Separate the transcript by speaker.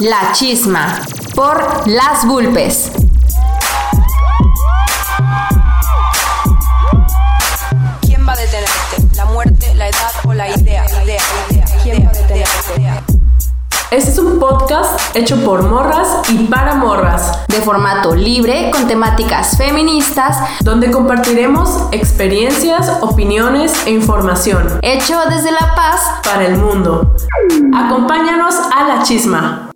Speaker 1: La Chisma por Las Vulpes.
Speaker 2: ¿Quién va a detenerte? ¿La muerte, la edad o la idea? La idea, la idea. ¿Quién va a detenerte?
Speaker 3: Este es un podcast hecho por morras y para morras,
Speaker 1: De formato libre con temáticas feministas,
Speaker 3: donde compartiremos experiencias, opiniones e información
Speaker 1: hecho desde La Paz
Speaker 3: para el mundo. Acompáñanos a la chisma.